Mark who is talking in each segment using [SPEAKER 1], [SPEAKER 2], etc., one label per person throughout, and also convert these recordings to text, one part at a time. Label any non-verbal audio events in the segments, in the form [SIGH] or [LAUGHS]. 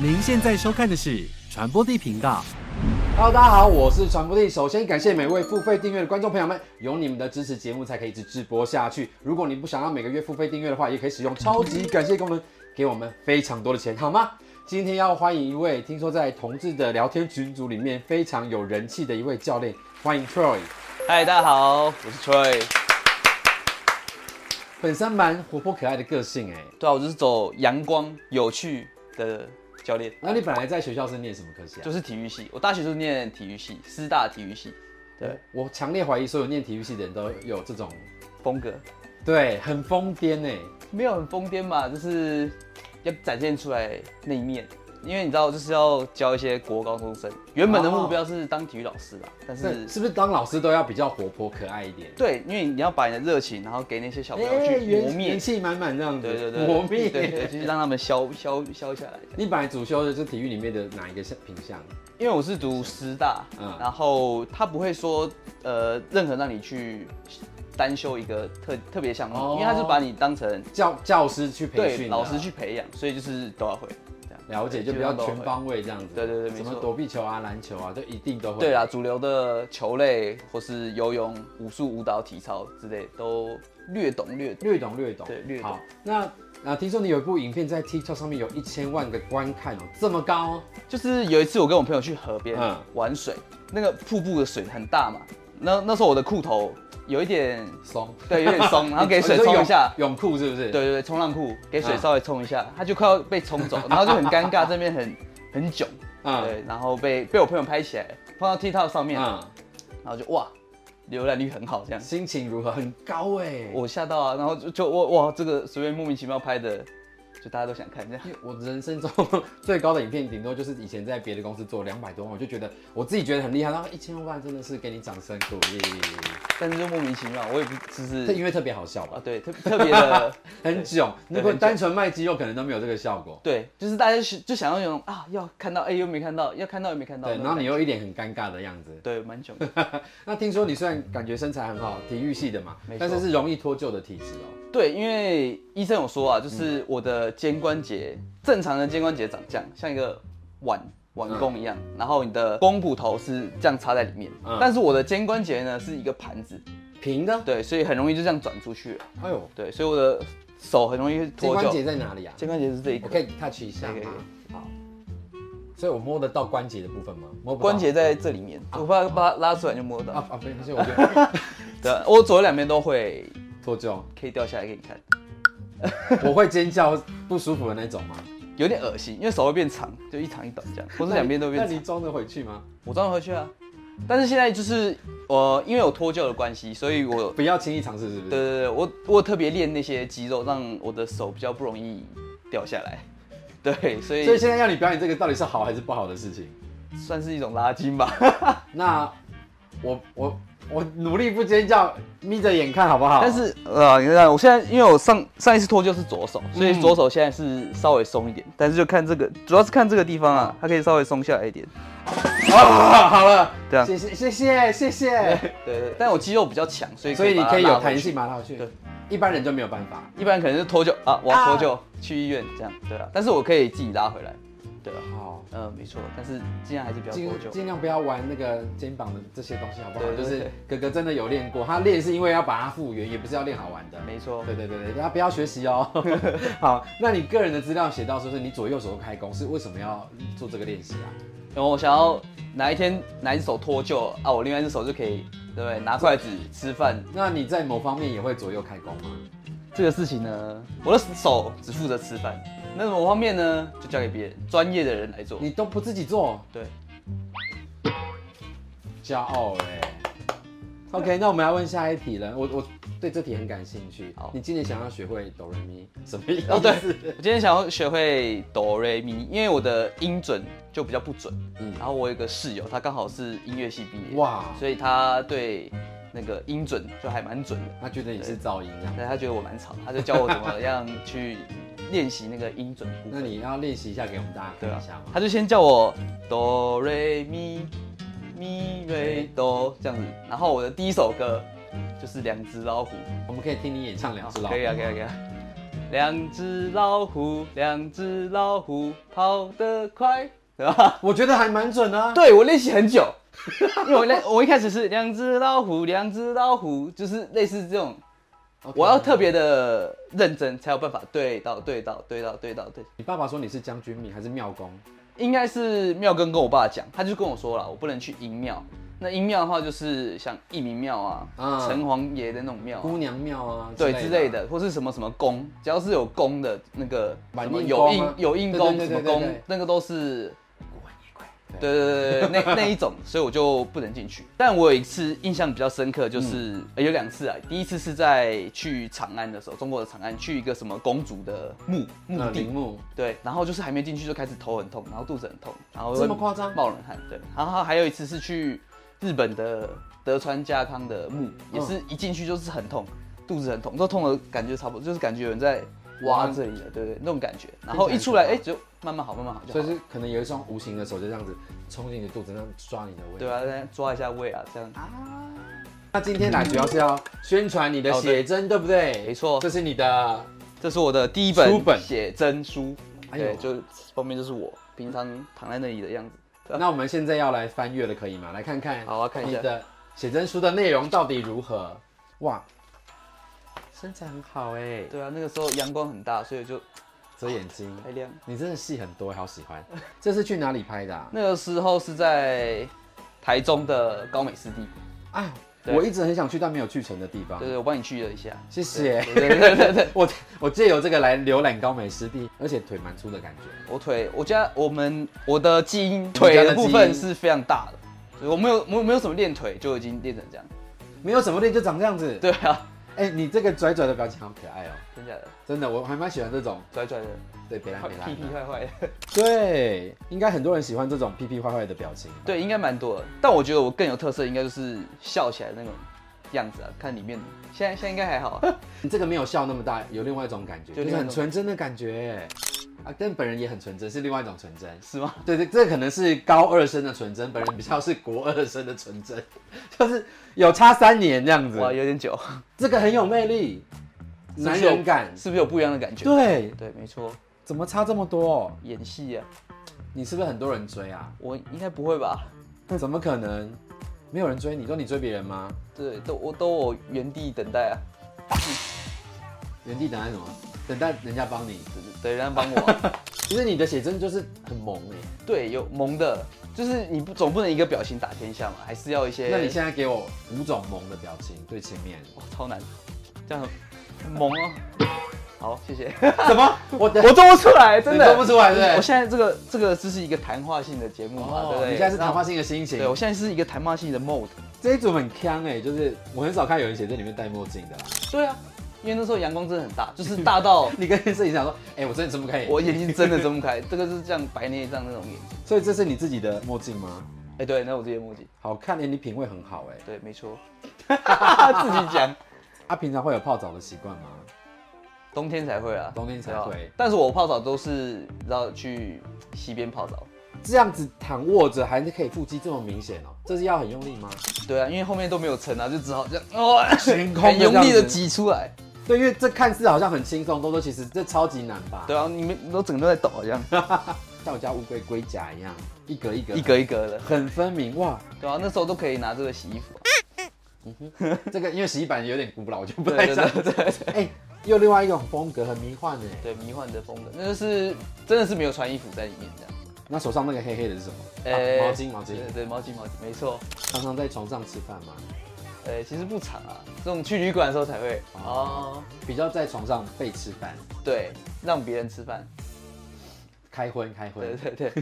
[SPEAKER 1] 您现在收看的是传播地频道。
[SPEAKER 2] Hello，大家好，我是传播帝。首先感谢每位付费订阅的观众朋友们，有你们的支持，节目才可以一直直播下去。如果你不想要每个月付费订阅的话，也可以使用超级感谢功能，给我们非常多的钱，好吗？今天要欢迎一位听说在同志的聊天群组里面非常有人气的一位教练，欢迎 Troy。
[SPEAKER 3] 嗨，大家好，我是 Troy。
[SPEAKER 2] 本身蛮活泼可爱的个性哎、
[SPEAKER 3] 对啊，我就是走阳光有趣的教练，
[SPEAKER 2] 那你本来在学校是念什么科系啊？
[SPEAKER 3] 就是体育系。我大学就是念体育系，师大体育系，对，
[SPEAKER 2] 我强烈怀疑所有念体育系的人都有这种，
[SPEAKER 3] 风格
[SPEAKER 2] 对，很疯癫哎。
[SPEAKER 3] 没有很疯癫嘛，就是要展现出来那一面。因为你知道，就是要教一些国高中生。原本的目标是当体育老师啦，但
[SPEAKER 2] 是
[SPEAKER 3] 是
[SPEAKER 2] 是不是当老师都要比较活泼可爱一点？
[SPEAKER 3] 对，因为你要把你的热情，然后给那些小朋友
[SPEAKER 2] 哎，
[SPEAKER 3] 去磨
[SPEAKER 2] 元
[SPEAKER 3] 灭
[SPEAKER 2] 元。气满满这样子，
[SPEAKER 3] 对对对，
[SPEAKER 2] 磨灭。
[SPEAKER 3] 对对，就是让他们消消消下来。
[SPEAKER 2] 你本来主修的是体育里面的哪一个项品项？
[SPEAKER 3] 因为我是读师大，
[SPEAKER 2] 嗯
[SPEAKER 3] 然后他不会说呃任何让你去单修一个特特别项目，
[SPEAKER 2] 哦
[SPEAKER 3] 因为他是把你当成
[SPEAKER 2] 教教师去培
[SPEAKER 3] 对
[SPEAKER 2] 训的啊，
[SPEAKER 3] 老师去培养，所以就是都要会这样
[SPEAKER 2] 了解，
[SPEAKER 3] 对
[SPEAKER 2] 就比较
[SPEAKER 3] 基本上都
[SPEAKER 2] 全
[SPEAKER 3] 会
[SPEAKER 2] 方位这样子。
[SPEAKER 3] 对对对没
[SPEAKER 2] 什么
[SPEAKER 3] 错
[SPEAKER 2] 躲避球啊、篮球啊，就一定都会。
[SPEAKER 3] 对啦，，主流的球类或是游泳、武术、舞蹈、体操之类都略懂略懂。
[SPEAKER 2] 略懂略懂。
[SPEAKER 3] 对略懂
[SPEAKER 2] 好，那啊，听说你有一部影片在 TikTok 上面有一千万个观看哦，这么高哦？
[SPEAKER 3] 就是有一次我跟我朋友去河边
[SPEAKER 2] 嗯
[SPEAKER 3] 玩水，那个瀑布的水很大嘛，那那时候我的裤头有一点
[SPEAKER 2] 松，
[SPEAKER 3] 对有点
[SPEAKER 2] [LAUGHS]
[SPEAKER 3] 松，然后给水
[SPEAKER 2] 哦你说
[SPEAKER 3] 冲一下，
[SPEAKER 2] 泳泳裤是不是？
[SPEAKER 3] 对对对，冲浪裤给水
[SPEAKER 2] 啊
[SPEAKER 3] 稍微冲一下，他就快要被冲走，然后就很尴尬，这
[SPEAKER 2] [LAUGHS]
[SPEAKER 3] 边很很囧，
[SPEAKER 2] 啊，
[SPEAKER 3] 对，然后被被我朋友拍起来，放到 TikTok 上面，
[SPEAKER 2] 啊，
[SPEAKER 3] 然后就哇，浏览率很好这样，
[SPEAKER 2] 心情如何？很高哎。
[SPEAKER 3] 我吓到啊，然后就就哇哇这个随便莫名其妙拍的，就大家都想看这样，
[SPEAKER 2] 因为我人生中 [LAUGHS] 最高的影片，顶多就是以前在别的公司做两百多万，我就觉得我自己觉得很厉害。然后一千万真的是给你掌声鼓励，
[SPEAKER 3] 但是就莫名其妙，我也不就是
[SPEAKER 2] [LAUGHS] 这因为特别好笑
[SPEAKER 3] 啊
[SPEAKER 2] 吧，
[SPEAKER 3] 对特特别的，
[SPEAKER 2] 很囧。
[SPEAKER 3] 对
[SPEAKER 2] 如果
[SPEAKER 3] 很囧
[SPEAKER 2] 单纯卖肌肉，可能都没有这个效果。
[SPEAKER 3] 对，就是大家是就想要那种啊要看到哎又没看到，要看到又没看到，
[SPEAKER 2] 对，
[SPEAKER 3] 那
[SPEAKER 2] 然
[SPEAKER 3] 种
[SPEAKER 2] 后你
[SPEAKER 3] 感
[SPEAKER 2] 又一脸很尴尬的样子。
[SPEAKER 3] 觉对蛮囧的，
[SPEAKER 2] 那听说你虽然感觉身材很好，体育系的嘛
[SPEAKER 3] 没，错
[SPEAKER 2] 但是是容易脱臼的体质哦。
[SPEAKER 3] 对，因为医生有说啊，
[SPEAKER 2] 嗯
[SPEAKER 3] 就是我的肩关节，正常的肩关节长这样，像一个碗碗弓一样，然后你的肱骨头是这样插在里面，
[SPEAKER 2] 嗯
[SPEAKER 3] 但是我的肩关节呢是一个盘子，
[SPEAKER 2] 平的，
[SPEAKER 3] 对，所以很容易就这样转出去了，
[SPEAKER 2] 哎呦，
[SPEAKER 3] 对，所以我的手很容易
[SPEAKER 2] 肩
[SPEAKER 3] 脱
[SPEAKER 2] 关
[SPEAKER 3] 臼
[SPEAKER 2] 节。在哪里啊？
[SPEAKER 3] 肩关节是这一
[SPEAKER 2] 我
[SPEAKER 3] 个
[SPEAKER 2] 可，以 touch 一下
[SPEAKER 3] 可以可
[SPEAKER 2] 吗
[SPEAKER 3] 以？
[SPEAKER 2] 好，所以我摸得到关节的部分吗？摸不到
[SPEAKER 3] 关节在这里面，我怕把它拉出来就摸得
[SPEAKER 2] 啊
[SPEAKER 3] 到。
[SPEAKER 2] 啊，不不是，我觉
[SPEAKER 3] [LAUGHS]
[SPEAKER 2] 得
[SPEAKER 3] 对，我左右两边都会
[SPEAKER 2] 脱臼，
[SPEAKER 3] 可以掉下来给你看，
[SPEAKER 2] [LAUGHS] 我会尖叫不舒服的那种吗？
[SPEAKER 3] 有点恶心，因为手会变长，就一长一短这样，或是两边都会变
[SPEAKER 2] 那
[SPEAKER 3] 长
[SPEAKER 2] 你。装得回去吗？
[SPEAKER 3] 我装得回去啊。但是现在就是呃，因为有脱臼的关系，所以我
[SPEAKER 2] 不要轻易尝试，是不
[SPEAKER 3] 对
[SPEAKER 2] 是？
[SPEAKER 3] 对对，我我特别练那些肌肉，让我的手比较不容易掉下来。对，所以
[SPEAKER 2] 所以现在要你表演这个，到底是好还是不好的事情？
[SPEAKER 3] 算是一种拉筋吧。
[SPEAKER 2] 那我我我努力不尖叫，眯着眼看好不好？
[SPEAKER 3] 但是呃，你看我现在因为我上上一次脱臼是左
[SPEAKER 2] 嗯
[SPEAKER 3] 手，所以左手现在是稍微松一点，但是就看这个，主要是看这个地方啊，它可以稍微松下来一点。
[SPEAKER 2] 啊，好了，
[SPEAKER 3] 这样
[SPEAKER 2] 谢谢谢谢谢
[SPEAKER 3] [LAUGHS]
[SPEAKER 2] 谢。
[SPEAKER 3] 对对，但我肌肉比较强，所以
[SPEAKER 2] 所以你
[SPEAKER 3] 把它
[SPEAKER 2] 可以
[SPEAKER 3] 拉
[SPEAKER 2] 有
[SPEAKER 3] 回
[SPEAKER 2] 弹
[SPEAKER 3] 去
[SPEAKER 2] 性。把它拉回去，
[SPEAKER 3] 对
[SPEAKER 2] 一般人就没有办法。
[SPEAKER 3] 一般可能是脱臼啊，我要脱臼、去医院这样，对啊。但是我可以自己拉回来，对啊。
[SPEAKER 2] 好，
[SPEAKER 3] 嗯，没错，但是尽量还是不要
[SPEAKER 2] 尽
[SPEAKER 3] 多久。
[SPEAKER 2] 尽量不要玩那个肩膀的这些东西，好不好？
[SPEAKER 3] 对对
[SPEAKER 2] 就是
[SPEAKER 3] 对
[SPEAKER 2] 哥哥真的有练过，他练是因为要把它复原，也不是要练好玩的。
[SPEAKER 3] 没错，
[SPEAKER 2] 对对对对，大家不要学习哦。好，那你个人的资料写到说是你左右手都开弓，是为什么要做这个练习啊？
[SPEAKER 3] 然后我想要哪一天哪一只手脱臼啊，我另外一只手就可以，对不对？拿筷子吃饭
[SPEAKER 2] 那你在某方面也会左右开弓吗？
[SPEAKER 3] 这个事情呢，我的手只负责吃饭，那某方面呢就交给别人专业的人来做。
[SPEAKER 2] 你都不自己做，
[SPEAKER 3] 对，
[SPEAKER 2] 骄傲哎、OK，那我们来问下一题了。我我对这题很感兴趣
[SPEAKER 3] 好。
[SPEAKER 2] 你今年想要学会哆来咪什么意思？
[SPEAKER 3] 哦对，我今天想要学会哆瑞咪，因为我的音准就比较不准。
[SPEAKER 2] 嗯
[SPEAKER 3] 然后我有一个室友，他刚好是音乐系毕业，
[SPEAKER 2] 哇，
[SPEAKER 3] 所以他对那个音准就还蛮准的。
[SPEAKER 2] 他觉得你是噪音这啊样。
[SPEAKER 3] 对，他觉得我蛮吵，他就教我怎么样去练习那个音准部
[SPEAKER 2] 那
[SPEAKER 3] 分。
[SPEAKER 2] 你要练习一下给我们大家
[SPEAKER 3] 对
[SPEAKER 2] 看
[SPEAKER 3] 啊
[SPEAKER 2] 一下吗？，
[SPEAKER 3] 他就先叫我哆瑞咪咪瑞哆这样子，然后我的第一首歌就是两只老虎，
[SPEAKER 2] 我们可以听你演唱两只老虎。
[SPEAKER 3] 可以啊，可以啊，可以啊。两只老虎，两只老虎跑得快，对吧？ [LAUGHS]
[SPEAKER 2] 我觉得还蛮准啊。
[SPEAKER 3] 对我练习很久， [LAUGHS] 因为我练我一开始是两只老虎，两只老虎，就是类似这种
[SPEAKER 2] OK
[SPEAKER 3] 我要特别的认真才有办法对到对到对到对到对，
[SPEAKER 2] 你爸爸说你是将军命还是庙公？
[SPEAKER 3] 应该是妙根跟我爸讲，他就跟我说了，我不能去银庙。那银庙的话，就是像义民庙
[SPEAKER 2] 嗯
[SPEAKER 3] 啊、城隍爷的那种庙啊、
[SPEAKER 2] 姑娘庙啊，
[SPEAKER 3] 对之类
[SPEAKER 2] 的啊。
[SPEAKER 3] 的，或是什么什么宫，只要是有宫的那个
[SPEAKER 2] 晚
[SPEAKER 3] 什么
[SPEAKER 2] 应
[SPEAKER 3] 有
[SPEAKER 2] 宫
[SPEAKER 3] 印
[SPEAKER 2] 啊
[SPEAKER 3] 有印
[SPEAKER 2] 对
[SPEAKER 3] 宫
[SPEAKER 2] 对对
[SPEAKER 3] 什么
[SPEAKER 2] 对对
[SPEAKER 3] 宫
[SPEAKER 2] 对，
[SPEAKER 3] 那个都是
[SPEAKER 2] 对
[SPEAKER 3] 对对对对对，那那一种，所以我就不能进去。但我有一次印象比较深刻，就是、呃有两次啊，第一次是在去长安的时候，中国的长安去一个什么公主的墓墓
[SPEAKER 2] 嗯
[SPEAKER 3] 地
[SPEAKER 2] 陵，墓，
[SPEAKER 3] 对，然后就是还没进去就开始头很痛，然后肚子很痛，然后
[SPEAKER 2] 这么夸张
[SPEAKER 3] 冒冷汗。对，然后还有一次是去日本的德川家康的
[SPEAKER 2] 嗯
[SPEAKER 3] 墓，也是一进去就是很痛，肚子很痛，都痛的感觉差不多，就是感觉有人在挖这里了，对对，那种感觉。然后一出来，哎，就慢慢好，慢慢好就
[SPEAKER 2] 所以
[SPEAKER 3] 好。
[SPEAKER 2] 是可能有一双无形的手就这样子冲进你的肚子，那样抓你的胃。
[SPEAKER 3] 对啊，再抓一下胃啊，这样。
[SPEAKER 2] 那今天来主要是要宣传你的写真，对不对？
[SPEAKER 3] 没错
[SPEAKER 2] 这是你的。
[SPEAKER 3] 这是我的第一
[SPEAKER 2] 书
[SPEAKER 3] 本
[SPEAKER 2] 本
[SPEAKER 3] 写真书，
[SPEAKER 2] 啊哎呦
[SPEAKER 3] 对，就封面就是我平常躺在那里的样子。
[SPEAKER 2] 那我们现在要来翻阅了，可以吗？来看看，
[SPEAKER 3] 好啊看一下
[SPEAKER 2] 你的写真书的内容到底如何？哇，身材很好哎、
[SPEAKER 3] 对啊，那个时候阳光很大，所以就
[SPEAKER 2] 遮眼睛，
[SPEAKER 3] 太亮。
[SPEAKER 2] 你真的戏很多，好喜欢。这是去哪里拍的、啊？
[SPEAKER 3] 那个时候是在台中的高美湿地，
[SPEAKER 2] 哎，
[SPEAKER 3] 对
[SPEAKER 2] 我一直很想去但没有去成的地方
[SPEAKER 3] 对。对，我帮你去了一下。
[SPEAKER 2] 谢谢。
[SPEAKER 3] 对对对对对，
[SPEAKER 2] [LAUGHS] 我我借由这个来浏览高美湿地，而且腿蛮粗的感觉。
[SPEAKER 3] 我腿，我家我们我的基因
[SPEAKER 2] 家的
[SPEAKER 3] 腿
[SPEAKER 2] 基因
[SPEAKER 3] 的部分是非常大的，所以我没有我没有什么练腿就已经练成这样。
[SPEAKER 2] 没有什么力就长这样子。，
[SPEAKER 3] 对啊，
[SPEAKER 2] 哎、你这个拽拽的表情好可爱哦、
[SPEAKER 3] 真假的，
[SPEAKER 2] 真的，我还蛮喜欢这种，
[SPEAKER 3] 拽拽的，
[SPEAKER 2] 对，别 [LAUGHS] 拉别拉
[SPEAKER 3] 屁。屁坏坏的，
[SPEAKER 2] 对，应该很多人喜欢这种屁屁坏坏的表情。
[SPEAKER 3] 对，应该蛮多的。但我觉得我更有特色，应该就是笑起来那种样子啊，看里面的。现在现在应该还好、
[SPEAKER 2] [LAUGHS]
[SPEAKER 3] 啊，
[SPEAKER 2] 你这个没有笑那么大，有另外一种感觉，
[SPEAKER 3] 就
[SPEAKER 2] 就
[SPEAKER 3] 另
[SPEAKER 2] 是
[SPEAKER 3] 外一
[SPEAKER 2] 很
[SPEAKER 3] 种
[SPEAKER 2] 纯真的感觉。啊，但本人也很纯真，是另外一种纯真。
[SPEAKER 3] 是吗？
[SPEAKER 2] 对对，这可能是高二生的纯真，本人比较是国二生的纯真，就是有差三年这样子。
[SPEAKER 3] 哇，有点久，
[SPEAKER 2] 这个很有魅力，
[SPEAKER 3] 是不
[SPEAKER 2] 男
[SPEAKER 3] 是有
[SPEAKER 2] 人感。
[SPEAKER 3] 是不是有不一样的感觉？
[SPEAKER 2] 对，
[SPEAKER 3] 对，没错，
[SPEAKER 2] 怎么差这么多？
[SPEAKER 3] 演戏啊，
[SPEAKER 2] 你是不是很多人追啊？
[SPEAKER 3] 我应该不会吧？
[SPEAKER 2] 怎么可能？没有人追你，都你追别人吗？
[SPEAKER 3] 对，都我都我原地等待啊，
[SPEAKER 2] 原地等待什么？等待人家帮你。
[SPEAKER 3] 等人家帮我啊、
[SPEAKER 2] [LAUGHS] 其实你的写真就是很萌哎、
[SPEAKER 3] 对，有萌的，就是你不总不能一个表情打天下嘛，还是要一些。
[SPEAKER 2] 那你现在给我五种萌的表情，最前
[SPEAKER 3] [LAUGHS]
[SPEAKER 2] 面。
[SPEAKER 3] 哇超难，这样很萌哦。好，谢
[SPEAKER 2] [LAUGHS]
[SPEAKER 3] 谢。
[SPEAKER 2] 什么？我的
[SPEAKER 3] 我做不出来，真的
[SPEAKER 2] 你做不出来对不对
[SPEAKER 3] 我现在这个这个只是一个谈话性的节目嘛，对
[SPEAKER 2] 哦
[SPEAKER 3] 不，
[SPEAKER 2] 你
[SPEAKER 3] 对？
[SPEAKER 2] 现在是谈话性的心情
[SPEAKER 3] 对，。我现在是一个谈话性的 mode。
[SPEAKER 2] 这一组很强哎、就是我很少看有人写这里面戴墨镜的啦。 [LAUGHS]
[SPEAKER 3] 对啊，因为那时候阳光真的很大，就是大到
[SPEAKER 2] 你跟摄影师讲说，哎、我真的睁不开眼睛。
[SPEAKER 3] 我眼睛真的睁不开，这个是这样白内障那种眼睛。
[SPEAKER 2] 所以这是你自己的墨镜吗？
[SPEAKER 3] 哎、对，那我这些墨镜，
[SPEAKER 2] 好看哎、你品味很好哎、
[SPEAKER 3] 对，
[SPEAKER 2] [LAUGHS]
[SPEAKER 3] 没错，自己讲。
[SPEAKER 2] 啊，平常会有泡澡的习惯吗？
[SPEAKER 3] 冬天才会啊，
[SPEAKER 2] 冬天才会
[SPEAKER 3] 对啊但是我泡澡都是你知道去溪边泡澡，
[SPEAKER 2] 这样子躺卧着还是可以腹肌这么明显哦、这是要很用力吗？
[SPEAKER 3] 对啊，因为后面都没有撑啊，就只好这样哦，
[SPEAKER 2] 悬空
[SPEAKER 3] 很
[SPEAKER 2] 的这样子
[SPEAKER 3] 用力的挤出来。
[SPEAKER 2] 对，因为这看似好像很轻松，动作其实这超级难吧？
[SPEAKER 3] 对啊，你们你都整个都在抖啊，这样
[SPEAKER 2] 像我家乌龟龟甲一样，一格一格，
[SPEAKER 3] 一格一格的。
[SPEAKER 2] 很分明哇。 [LAUGHS]
[SPEAKER 3] 对啊，那时候都可以拿这个洗衣服啊、
[SPEAKER 2] 这个因为洗衣板有点古老，我就不
[SPEAKER 3] 对
[SPEAKER 2] 太
[SPEAKER 3] 对
[SPEAKER 2] 想。
[SPEAKER 3] 对对对
[SPEAKER 2] [LAUGHS] 哎、又另外一种风格，很迷幻哎。
[SPEAKER 3] 对，迷幻的风格，那就是真的是没有穿衣服在里面这样。
[SPEAKER 2] 那手上那个黑黑的是什么？
[SPEAKER 3] 哎
[SPEAKER 2] 啊毛巾，毛巾
[SPEAKER 3] 对。对对，毛巾毛巾，没错。
[SPEAKER 2] 常常在床上吃饭吗？
[SPEAKER 3] 呃、其实不长啊，这种去旅馆的时候才会哦。
[SPEAKER 2] 比较在床上被吃饭，
[SPEAKER 3] 对，让别人吃饭。
[SPEAKER 2] 开荤开
[SPEAKER 3] 对
[SPEAKER 2] 荤，
[SPEAKER 3] 对对，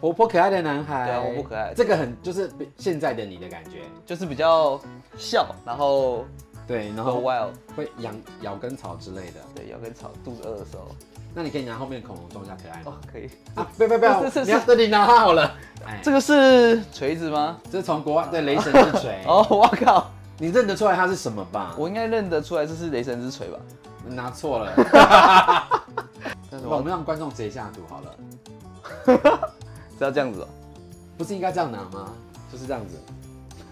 [SPEAKER 2] 活泼可爱的男孩。
[SPEAKER 3] 对啊活泼可爱
[SPEAKER 2] 这个很就是现在的你的感觉。
[SPEAKER 3] 就是比较笑，然后
[SPEAKER 2] 对，然
[SPEAKER 3] 很
[SPEAKER 2] 后
[SPEAKER 3] wild。
[SPEAKER 2] 会养咬根草之类的。
[SPEAKER 3] 对，要跟草肚子饿的时候，
[SPEAKER 2] 那你可以拿后面的恐龙装一下可爱吗？
[SPEAKER 3] 哦，可以。
[SPEAKER 2] 啊，不要不要不要
[SPEAKER 3] 是 [LAUGHS] 是，是
[SPEAKER 2] 你要等你拿好了。哎，
[SPEAKER 3] 这个是锤子吗？
[SPEAKER 2] 这是从国外对雷神之锤。
[SPEAKER 3] 哦， [LAUGHS] 我靠，
[SPEAKER 2] 你认得出来它是什么吧？
[SPEAKER 3] 我应该认得出来这是雷神之锤吧？
[SPEAKER 2] 拿错
[SPEAKER 3] [LAUGHS]
[SPEAKER 2] 了。
[SPEAKER 3] 但是
[SPEAKER 2] 我
[SPEAKER 3] 我
[SPEAKER 2] 们让观众截一下图好了，
[SPEAKER 3] 只要这样子哦、
[SPEAKER 2] 不是应该这样拿吗？就是这样子。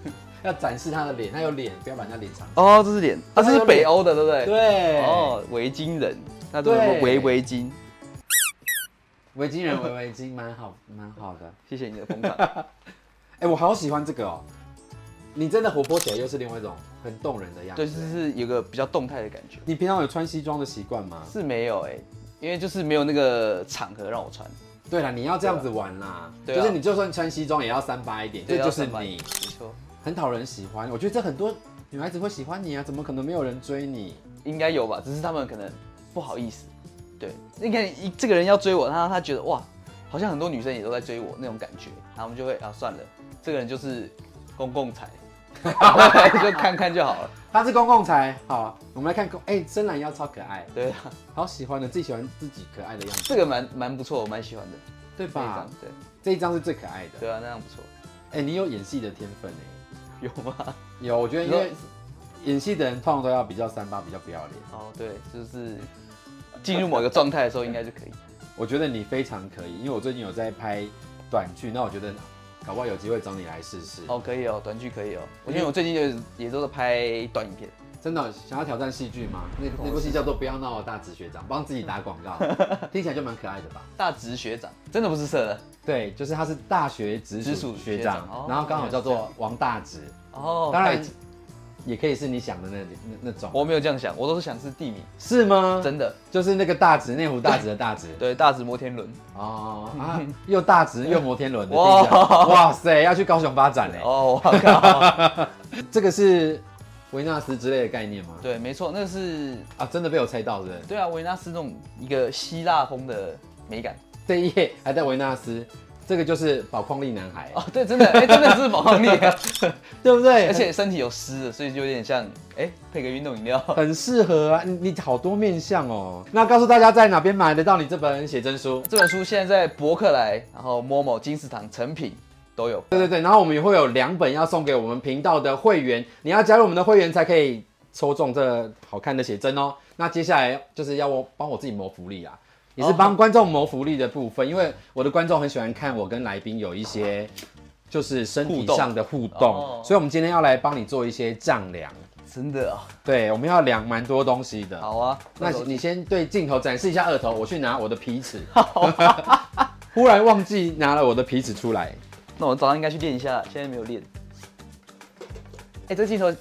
[SPEAKER 2] [LAUGHS] 要展示他的脸，他有脸，不要把人家脸藏。
[SPEAKER 3] 哦，这是脸，啊，这是北欧的，对不对？。
[SPEAKER 2] 对，
[SPEAKER 3] 哦，维京人，那都是
[SPEAKER 2] 对
[SPEAKER 3] 围围巾。
[SPEAKER 2] 围巾人围围巾，蛮好，蛮好的。
[SPEAKER 3] 谢谢你的捧场。 [LAUGHS]
[SPEAKER 2] 哎、我好喜欢这个哦，你真的活泼起来又是另外一种很动人的样子。
[SPEAKER 3] 对，就是有个比较动态的感觉。
[SPEAKER 2] 你平常有穿西装的习惯吗？
[SPEAKER 3] 是没有哎、因为就是没有那个场合让我穿。
[SPEAKER 2] 对了，你要这样子玩啦，
[SPEAKER 3] 对啊
[SPEAKER 2] 就是你就算穿西装也要三八一点，
[SPEAKER 3] 对
[SPEAKER 2] 这
[SPEAKER 3] 要
[SPEAKER 2] 就是
[SPEAKER 3] 三八一
[SPEAKER 2] 你，
[SPEAKER 3] 没错，
[SPEAKER 2] 很讨人喜欢。我觉得这很多女孩子会喜欢你啊，怎么可能没有人追你？
[SPEAKER 3] 应该有吧，只是他们可能不好意思。对，你看一这个人要追我，他他觉得哇，好像很多女生也都在追我那种感觉，然后我们就会啊算了，这个人就是公共财， [LAUGHS] 就看看就好了。
[SPEAKER 2] 他是公共财，好，我们来看公，哎、深蓝腰超可爱，
[SPEAKER 3] 对啊，
[SPEAKER 2] 好喜欢的，自己喜欢自己可爱的样子，
[SPEAKER 3] 这个蛮蛮不错，我蛮喜欢的。
[SPEAKER 2] 对
[SPEAKER 3] 这一
[SPEAKER 2] 吧
[SPEAKER 3] 张？，对
[SPEAKER 2] 这一张是最可爱的。
[SPEAKER 3] 对啊，那样不错，
[SPEAKER 2] 哎、你有演戏的天分哎、
[SPEAKER 3] 有吗？
[SPEAKER 2] 有，我觉得因为
[SPEAKER 3] 你
[SPEAKER 2] 演戏的人通常都要比较三八，比较不要脸。
[SPEAKER 3] 哦，对，就是进入某一个状态的时候，应该就可以。
[SPEAKER 2] 我觉得你非常可以，因为我最近有在拍短剧，那我觉得搞不好有机会找你来试试。
[SPEAKER 3] 哦，可以哦，短剧可以哦。我因为我最近就是也都在拍短影片，
[SPEAKER 2] 真的想要挑战戏剧吗？那那部戏叫做《不要闹我大直学长》，帮自己打广 [LAUGHS] 告，听起来就蛮可爱的吧？
[SPEAKER 3] 大直学长真的不是色的
[SPEAKER 2] 对，就是他是大学直
[SPEAKER 3] 直
[SPEAKER 2] 属
[SPEAKER 3] 属
[SPEAKER 2] 学
[SPEAKER 3] 学
[SPEAKER 2] 长，
[SPEAKER 3] 长哦
[SPEAKER 2] 然后刚好叫做王大直，
[SPEAKER 3] 哦。
[SPEAKER 2] 当然
[SPEAKER 3] 太
[SPEAKER 2] 也可以是你想的那那那种，
[SPEAKER 3] 我没有这样想，我都是想是地名，
[SPEAKER 2] 是吗？
[SPEAKER 3] 真的。
[SPEAKER 2] 就是那个大直，内湖大直的大直，
[SPEAKER 3] 对，大直摩天轮
[SPEAKER 2] 哦
[SPEAKER 3] [LAUGHS]
[SPEAKER 2] 啊，又大直又摩天轮的，
[SPEAKER 3] 哇
[SPEAKER 2] 听起来哇塞，要去高雄发展嘞！
[SPEAKER 3] 哦，我
[SPEAKER 2] [LAUGHS]
[SPEAKER 3] 靠，
[SPEAKER 2] 这个是维纳斯之类的概念吗？
[SPEAKER 3] 对，没错，那是
[SPEAKER 2] 啊，真的被我猜到的。
[SPEAKER 3] 对啊，维纳斯那种一个希腊风的美感
[SPEAKER 2] 这一页还在维纳斯，这个就是宝矿力男孩，
[SPEAKER 3] 哦，对，真的，哎，真的是毛利
[SPEAKER 2] [LAUGHS]
[SPEAKER 3] 啊，
[SPEAKER 2] 对不对？
[SPEAKER 3] 而且身体有湿的，所以就有点像，哎，配个运动饮料。
[SPEAKER 2] 很适合啊，你你好多面相哦。那告诉大家在哪边买得到你这本写真书？
[SPEAKER 3] 这本书现在在博客来，然后 Momo、金石堂、成品都有。
[SPEAKER 2] 对对对，然后我们也会有两本要送给我们频道的会员，你要加入我们的会员才可以抽中这好看的写真哦。那接下来就是要我帮我自己谋福利啦，啊也是帮观众谋福利的部分，因为我的观众很喜欢看我跟来宾有一些就是身体
[SPEAKER 3] 互动
[SPEAKER 2] 上的互动，
[SPEAKER 3] 哦
[SPEAKER 2] 所以我们今天要来帮你做一些丈量。
[SPEAKER 3] 真的啊，
[SPEAKER 2] 对，我们要量蛮多东西的。
[SPEAKER 3] 好啊，
[SPEAKER 2] 那
[SPEAKER 3] 时候
[SPEAKER 2] 你先对镜头展示一下二头，我去拿我的皮尺。 [LAUGHS] 忽然忘记拿了我的皮尺出来，
[SPEAKER 3] 那我早上应该去练一下，现在没有练。哎、这镜头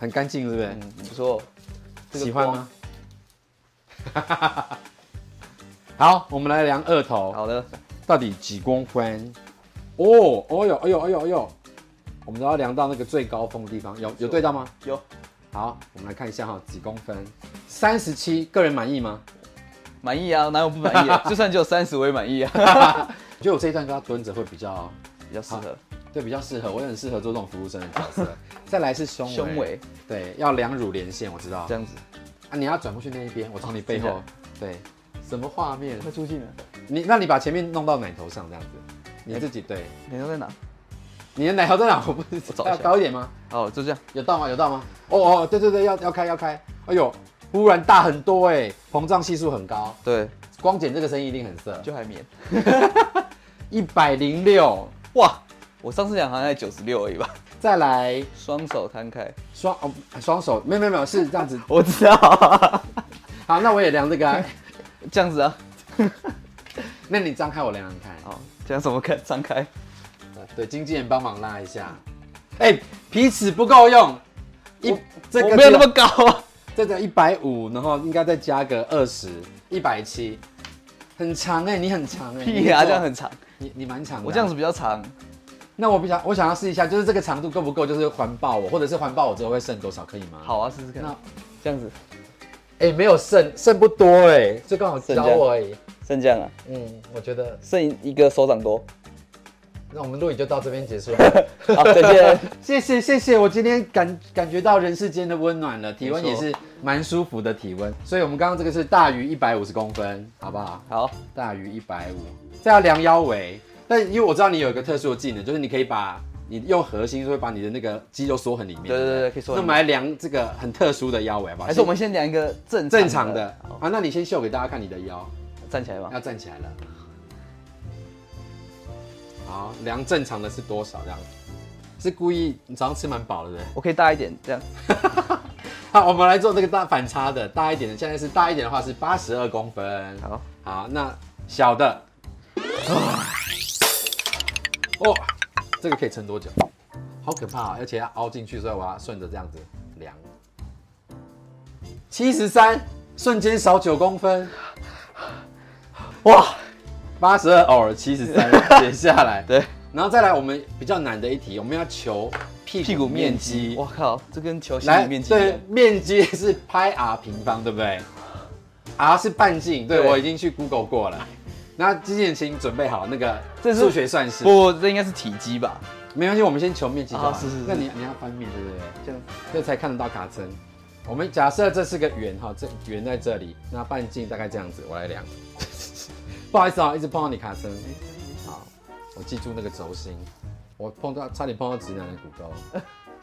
[SPEAKER 2] 很干净，是不是？
[SPEAKER 3] 嗯不错，这个
[SPEAKER 2] 喜欢
[SPEAKER 3] 光
[SPEAKER 2] 吗？？ [LAUGHS] 好，我们来量二头
[SPEAKER 3] 好的，
[SPEAKER 2] 到底几公分？哦，哦呦，哎呦，哎呦，哎呦，我们都要量到那个最高峰的地方，有有对到吗？
[SPEAKER 3] 有
[SPEAKER 2] 好，我们来看一下哈，几公分？三十七，个人满意吗？
[SPEAKER 3] 满意啊，哪有不满意 [LAUGHS] 的？就算只有三十，我也满意 [LAUGHS] 啊，
[SPEAKER 2] 我觉得我这一段跟他蹲着会比较，
[SPEAKER 3] 比较适合
[SPEAKER 2] 对，比较适合，我也很适合做这种服务生的角色。 [LAUGHS] 再来是胸围，
[SPEAKER 3] 胸围
[SPEAKER 2] 对，要量乳连线，我知道
[SPEAKER 3] 这。样子，
[SPEAKER 2] 啊，你要转过去那一边，我从你背后。
[SPEAKER 3] 哦
[SPEAKER 2] 对，什么画面？
[SPEAKER 3] 快出镜了，
[SPEAKER 2] 你那你把前面弄到奶头上这样子，你自己对。
[SPEAKER 3] 你要在哪？
[SPEAKER 2] 你的奶头在哪？我不知
[SPEAKER 3] 我找
[SPEAKER 2] 道。
[SPEAKER 3] 一下
[SPEAKER 2] 要高一点吗？
[SPEAKER 3] 好，哦就这样，
[SPEAKER 2] 有到吗？有到吗？哦哦，对对对，要要开要开。哎呦，忽然大很多哎、膨胀系数很高。
[SPEAKER 3] 对，
[SPEAKER 2] 光剪这个声音一定很色。
[SPEAKER 3] 就海绵。
[SPEAKER 2] 一百零六，
[SPEAKER 3] 哇，我上次量好像在九十六而已吧，
[SPEAKER 2] 再来
[SPEAKER 3] 双手摊开，
[SPEAKER 2] 双哦双手，没有没有没有，是这样子。
[SPEAKER 3] 我知道、 [LAUGHS]
[SPEAKER 2] 好，那我也量这个、啊。
[SPEAKER 3] 这样子啊，
[SPEAKER 2] 那你张开我量量看。
[SPEAKER 3] 好，这样怎么看？张开，
[SPEAKER 2] 对，经纪人帮忙拉一下。哎、皮尺不够用，一这
[SPEAKER 3] 我
[SPEAKER 2] 个
[SPEAKER 3] 没有那
[SPEAKER 2] 只
[SPEAKER 3] 么高啊，
[SPEAKER 2] 这个一百五，然后应该再加个二十，一百七，很长哎、你很长哎、
[SPEAKER 3] 屁啊，
[SPEAKER 2] 你
[SPEAKER 3] 这
[SPEAKER 2] 做
[SPEAKER 3] 样很长，
[SPEAKER 2] 你你蛮长的啊、
[SPEAKER 3] 我这样子比较长，
[SPEAKER 2] 那我比较我想要试一下，就是这个长度够不够，就是环抱我，或者是环抱我之后会剩多少，可以吗？，
[SPEAKER 3] 好啊，试试看
[SPEAKER 2] 那，
[SPEAKER 3] 这样子，
[SPEAKER 2] 哎、没有剩，剩不多哎、就刚好
[SPEAKER 3] 剩
[SPEAKER 2] 教
[SPEAKER 3] 这样
[SPEAKER 2] 我而已。
[SPEAKER 3] 剩这样啊，
[SPEAKER 2] 嗯，我觉得
[SPEAKER 3] 剩一个手掌多。
[SPEAKER 2] 那我们录影就到这边结束
[SPEAKER 3] [LAUGHS]
[SPEAKER 2] 了。
[SPEAKER 3] 好，再见。 [LAUGHS]
[SPEAKER 2] 谢谢谢谢，我今天感感觉到人世间的温暖了，体温也
[SPEAKER 3] 没错
[SPEAKER 2] 是蛮舒服的体温。所以我们刚刚这个是大于一百五十公分，好不好？
[SPEAKER 3] 好，
[SPEAKER 2] 大于一百五，再要量腰围。但因为我知道你有一个特殊的技能，就是你可以把你用核心，就会把你的那个肌肉缩很里面。
[SPEAKER 3] 对对对
[SPEAKER 2] 不
[SPEAKER 3] 可以缩
[SPEAKER 2] 那
[SPEAKER 3] 很
[SPEAKER 2] 我们来量这个很特殊的腰围，好不好？
[SPEAKER 3] 还是我们先量一个正
[SPEAKER 2] 正常的
[SPEAKER 3] 好，
[SPEAKER 2] 啊？那你先秀给大家看你的腰，
[SPEAKER 3] 站起来吧。
[SPEAKER 2] 要站起来了。好，量正常的是多少？这样是故意你早上吃蛮饱的，对不对？ [LAUGHS]
[SPEAKER 3] 我可以大一点这样。
[SPEAKER 2] 好，我们来做这个大反差的，大一点的，现在是大一点的话是八十二公分。
[SPEAKER 3] 好，
[SPEAKER 2] 好，那小的，啊哦，这个可以撑多久？好可怕、哦，而且要凹进去，所以我要顺着这样子量，七十三，瞬间少九公分，
[SPEAKER 3] 哇，
[SPEAKER 2] 八十二偶尔七十三，减下来，
[SPEAKER 3] [LAUGHS] 对，
[SPEAKER 2] 然后再来我们比较难的一题，我们要求屁
[SPEAKER 3] 屁
[SPEAKER 2] 股
[SPEAKER 3] 股面
[SPEAKER 2] 面积
[SPEAKER 3] 积，，我靠，这跟球鞋
[SPEAKER 2] 来，
[SPEAKER 3] 面积一样
[SPEAKER 2] 对，面积是拍 r 平方，对不对？r 是半径，对
[SPEAKER 3] 对
[SPEAKER 2] 我已经去 Google 过了。那之前请准备好那个
[SPEAKER 3] 这是
[SPEAKER 2] 数学算式，
[SPEAKER 3] 不，这应该是体积吧？
[SPEAKER 2] 没关系，我们先求面积就好。
[SPEAKER 3] 啊是是是
[SPEAKER 2] 那你你要翻面对不对？
[SPEAKER 3] 这样，
[SPEAKER 2] 这才看得到卡针。我们假设这是个圆哈，这圆在这里，那半径大概这样子，我来量。 [LAUGHS] 不好意思啊，一直碰到你卡针。好，我记住那个轴心，我碰到差点碰到直男的骨沟， [LAUGHS]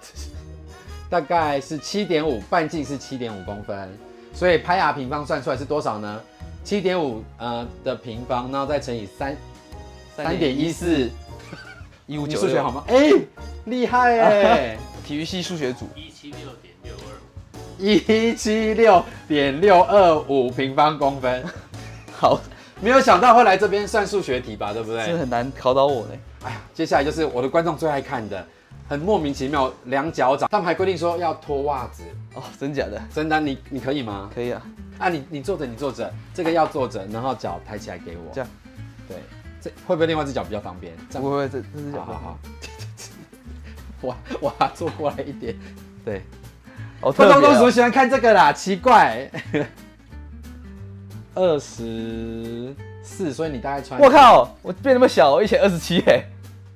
[SPEAKER 2] 大概是七点五，半径是七点五公分，所以拍 r 平方算出来是多少呢？七点五呃的平方，然后再乘以三三点一四，
[SPEAKER 3] 一五
[SPEAKER 2] 你
[SPEAKER 3] 九，
[SPEAKER 2] 数学好？吗？哎、厉害哎、 [LAUGHS]
[SPEAKER 3] 体育系数学组，
[SPEAKER 4] 一七六点六二，
[SPEAKER 2] 一七六点六二五平方公分，
[SPEAKER 3] 好，
[SPEAKER 2] 没有想到会来这边算数学题吧，对不
[SPEAKER 3] 真的
[SPEAKER 2] 对？
[SPEAKER 3] 很难考倒我呢。
[SPEAKER 2] 哎呀，接下来就是我的观众最爱看的，很莫名其妙量脚掌，他们还规定说要脱袜子。
[SPEAKER 3] 哦，真假的？
[SPEAKER 2] 真丹，你你可以吗？
[SPEAKER 3] 可以啊，
[SPEAKER 2] 啊，你你坐着，你坐着，这个要坐着，然后脚抬起来给我。
[SPEAKER 3] 这样，
[SPEAKER 2] 对，这会不会另外一只脚比较方便？这
[SPEAKER 3] 不
[SPEAKER 2] 样
[SPEAKER 3] 会不会，这这是
[SPEAKER 2] 好好
[SPEAKER 3] 假
[SPEAKER 2] 好。 [LAUGHS] 我我还坐过来一点，对，
[SPEAKER 3] 的，好
[SPEAKER 2] 观
[SPEAKER 3] 特
[SPEAKER 2] 众
[SPEAKER 3] 别
[SPEAKER 2] 都
[SPEAKER 3] 哦。
[SPEAKER 2] 喜欢看这个啦，奇怪。 [LAUGHS] 二十四，所以你大概穿……
[SPEAKER 3] 我，靠，我变那么小，我以前二十七哎，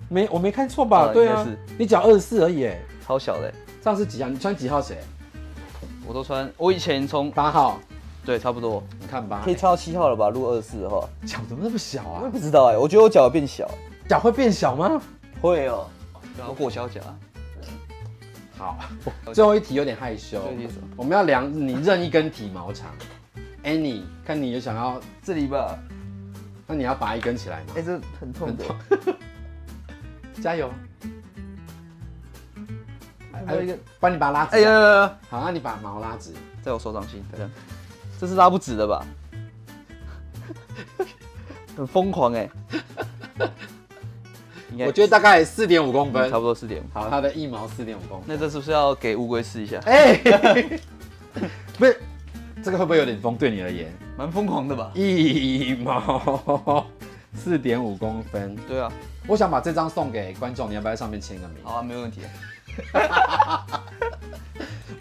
[SPEAKER 2] 没我没看错吧？
[SPEAKER 3] 哦
[SPEAKER 2] 对
[SPEAKER 3] 应
[SPEAKER 2] 啊
[SPEAKER 3] 该是，
[SPEAKER 2] 你脚二十四而已耶。
[SPEAKER 3] 超小的欸，
[SPEAKER 2] 上次几号？你穿几号鞋？
[SPEAKER 3] 我都穿，我以前从
[SPEAKER 2] 八号。
[SPEAKER 3] 对差不多，
[SPEAKER 2] 你看吧
[SPEAKER 3] 可，以穿到七号了吧？如果二十四的话，
[SPEAKER 2] 脚怎么那么小
[SPEAKER 3] 我也
[SPEAKER 2] 啊？
[SPEAKER 3] 不知道哎，我觉得我脚变小，
[SPEAKER 2] 脚会变小吗？
[SPEAKER 3] 会哦，我裹小脚啊，
[SPEAKER 2] 好，最后一题有点害羞
[SPEAKER 3] 最后一题是什么。
[SPEAKER 2] 我们要量你任一根体毛长。Annie，看你有想要，
[SPEAKER 3] 这里吧，
[SPEAKER 2] 那你要拔一根起来吗
[SPEAKER 3] 哎，？这很痛的，
[SPEAKER 2] 加油！
[SPEAKER 3] 还有一个，
[SPEAKER 2] 帮你把它拉
[SPEAKER 3] 哎
[SPEAKER 2] 直。
[SPEAKER 3] 呀，
[SPEAKER 2] 好，那你把毛拉直。
[SPEAKER 3] 在我手掌心，这样，这是拉不直的吧？ [LAUGHS] 很疯狂哎，应该
[SPEAKER 2] 我觉得大概四点五公分
[SPEAKER 3] 差。不多四点五。
[SPEAKER 2] 好，它的一毛四点五公分。
[SPEAKER 3] 那这是不是要给乌龟试一下？
[SPEAKER 2] 哎、 [LAUGHS] 不是，这个会不会有点疯？对你而言，
[SPEAKER 3] 蛮疯狂的吧？
[SPEAKER 2] 一毛四点五公分。
[SPEAKER 3] 对啊，
[SPEAKER 2] 我想把这张送给观众，你要不要在上面签个名？
[SPEAKER 3] 好啊，没问题。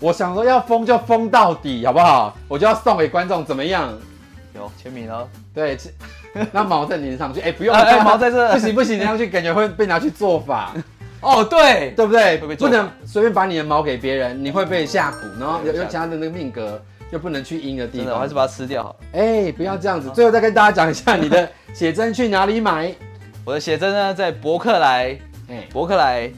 [SPEAKER 2] 我想说要疯就疯到底，好不好？我就要送给观众，怎么样？
[SPEAKER 3] 有签名哦。
[SPEAKER 2] 对，这 [LAUGHS] 那毛再粘上去。哎、不用，
[SPEAKER 3] 哎哎毛在这
[SPEAKER 2] 不行不行，粘上去感觉会被拿去做 [LAUGHS] 法，
[SPEAKER 3] 哦，对，
[SPEAKER 2] 对不对？
[SPEAKER 3] 会
[SPEAKER 2] 不
[SPEAKER 3] 被做法
[SPEAKER 2] 能随便把你的毛给别人，你会被下蛊，然后
[SPEAKER 3] 对
[SPEAKER 2] 有
[SPEAKER 3] 被
[SPEAKER 2] 有
[SPEAKER 3] 下蛊
[SPEAKER 2] 其他的那个命格又不能去阴的地
[SPEAKER 3] 真
[SPEAKER 2] 方。
[SPEAKER 3] 的，我还是把它吃掉好了。
[SPEAKER 2] 哎、不要这样子。最后再跟大家讲一下你的写真去哪里买。
[SPEAKER 3] 我的写真呢，在博客来、
[SPEAKER 2] [LAUGHS] 哎、
[SPEAKER 3] 博客来、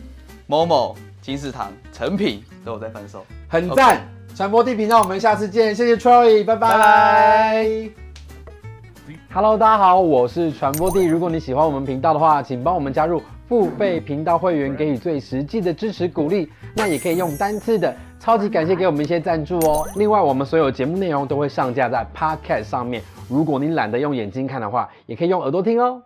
[SPEAKER 3] 某某、金石堂、成品都有在贩售。
[SPEAKER 2] 很赞！传播地频道，我们下次见，谢谢 Troy，拜拜。
[SPEAKER 3] 拜拜
[SPEAKER 2] Hello，大家好，我是传播地。如果你喜欢我们频道的话，请帮我们加入付费频道会员，给予最实际的支持鼓励。那也可以用单次的，超级感谢给我们一些赞助哦。另外，我们所有节目内容都会上架在 Podcast 上面，如果你懒得用眼睛看的话，也可以用耳朵听哦。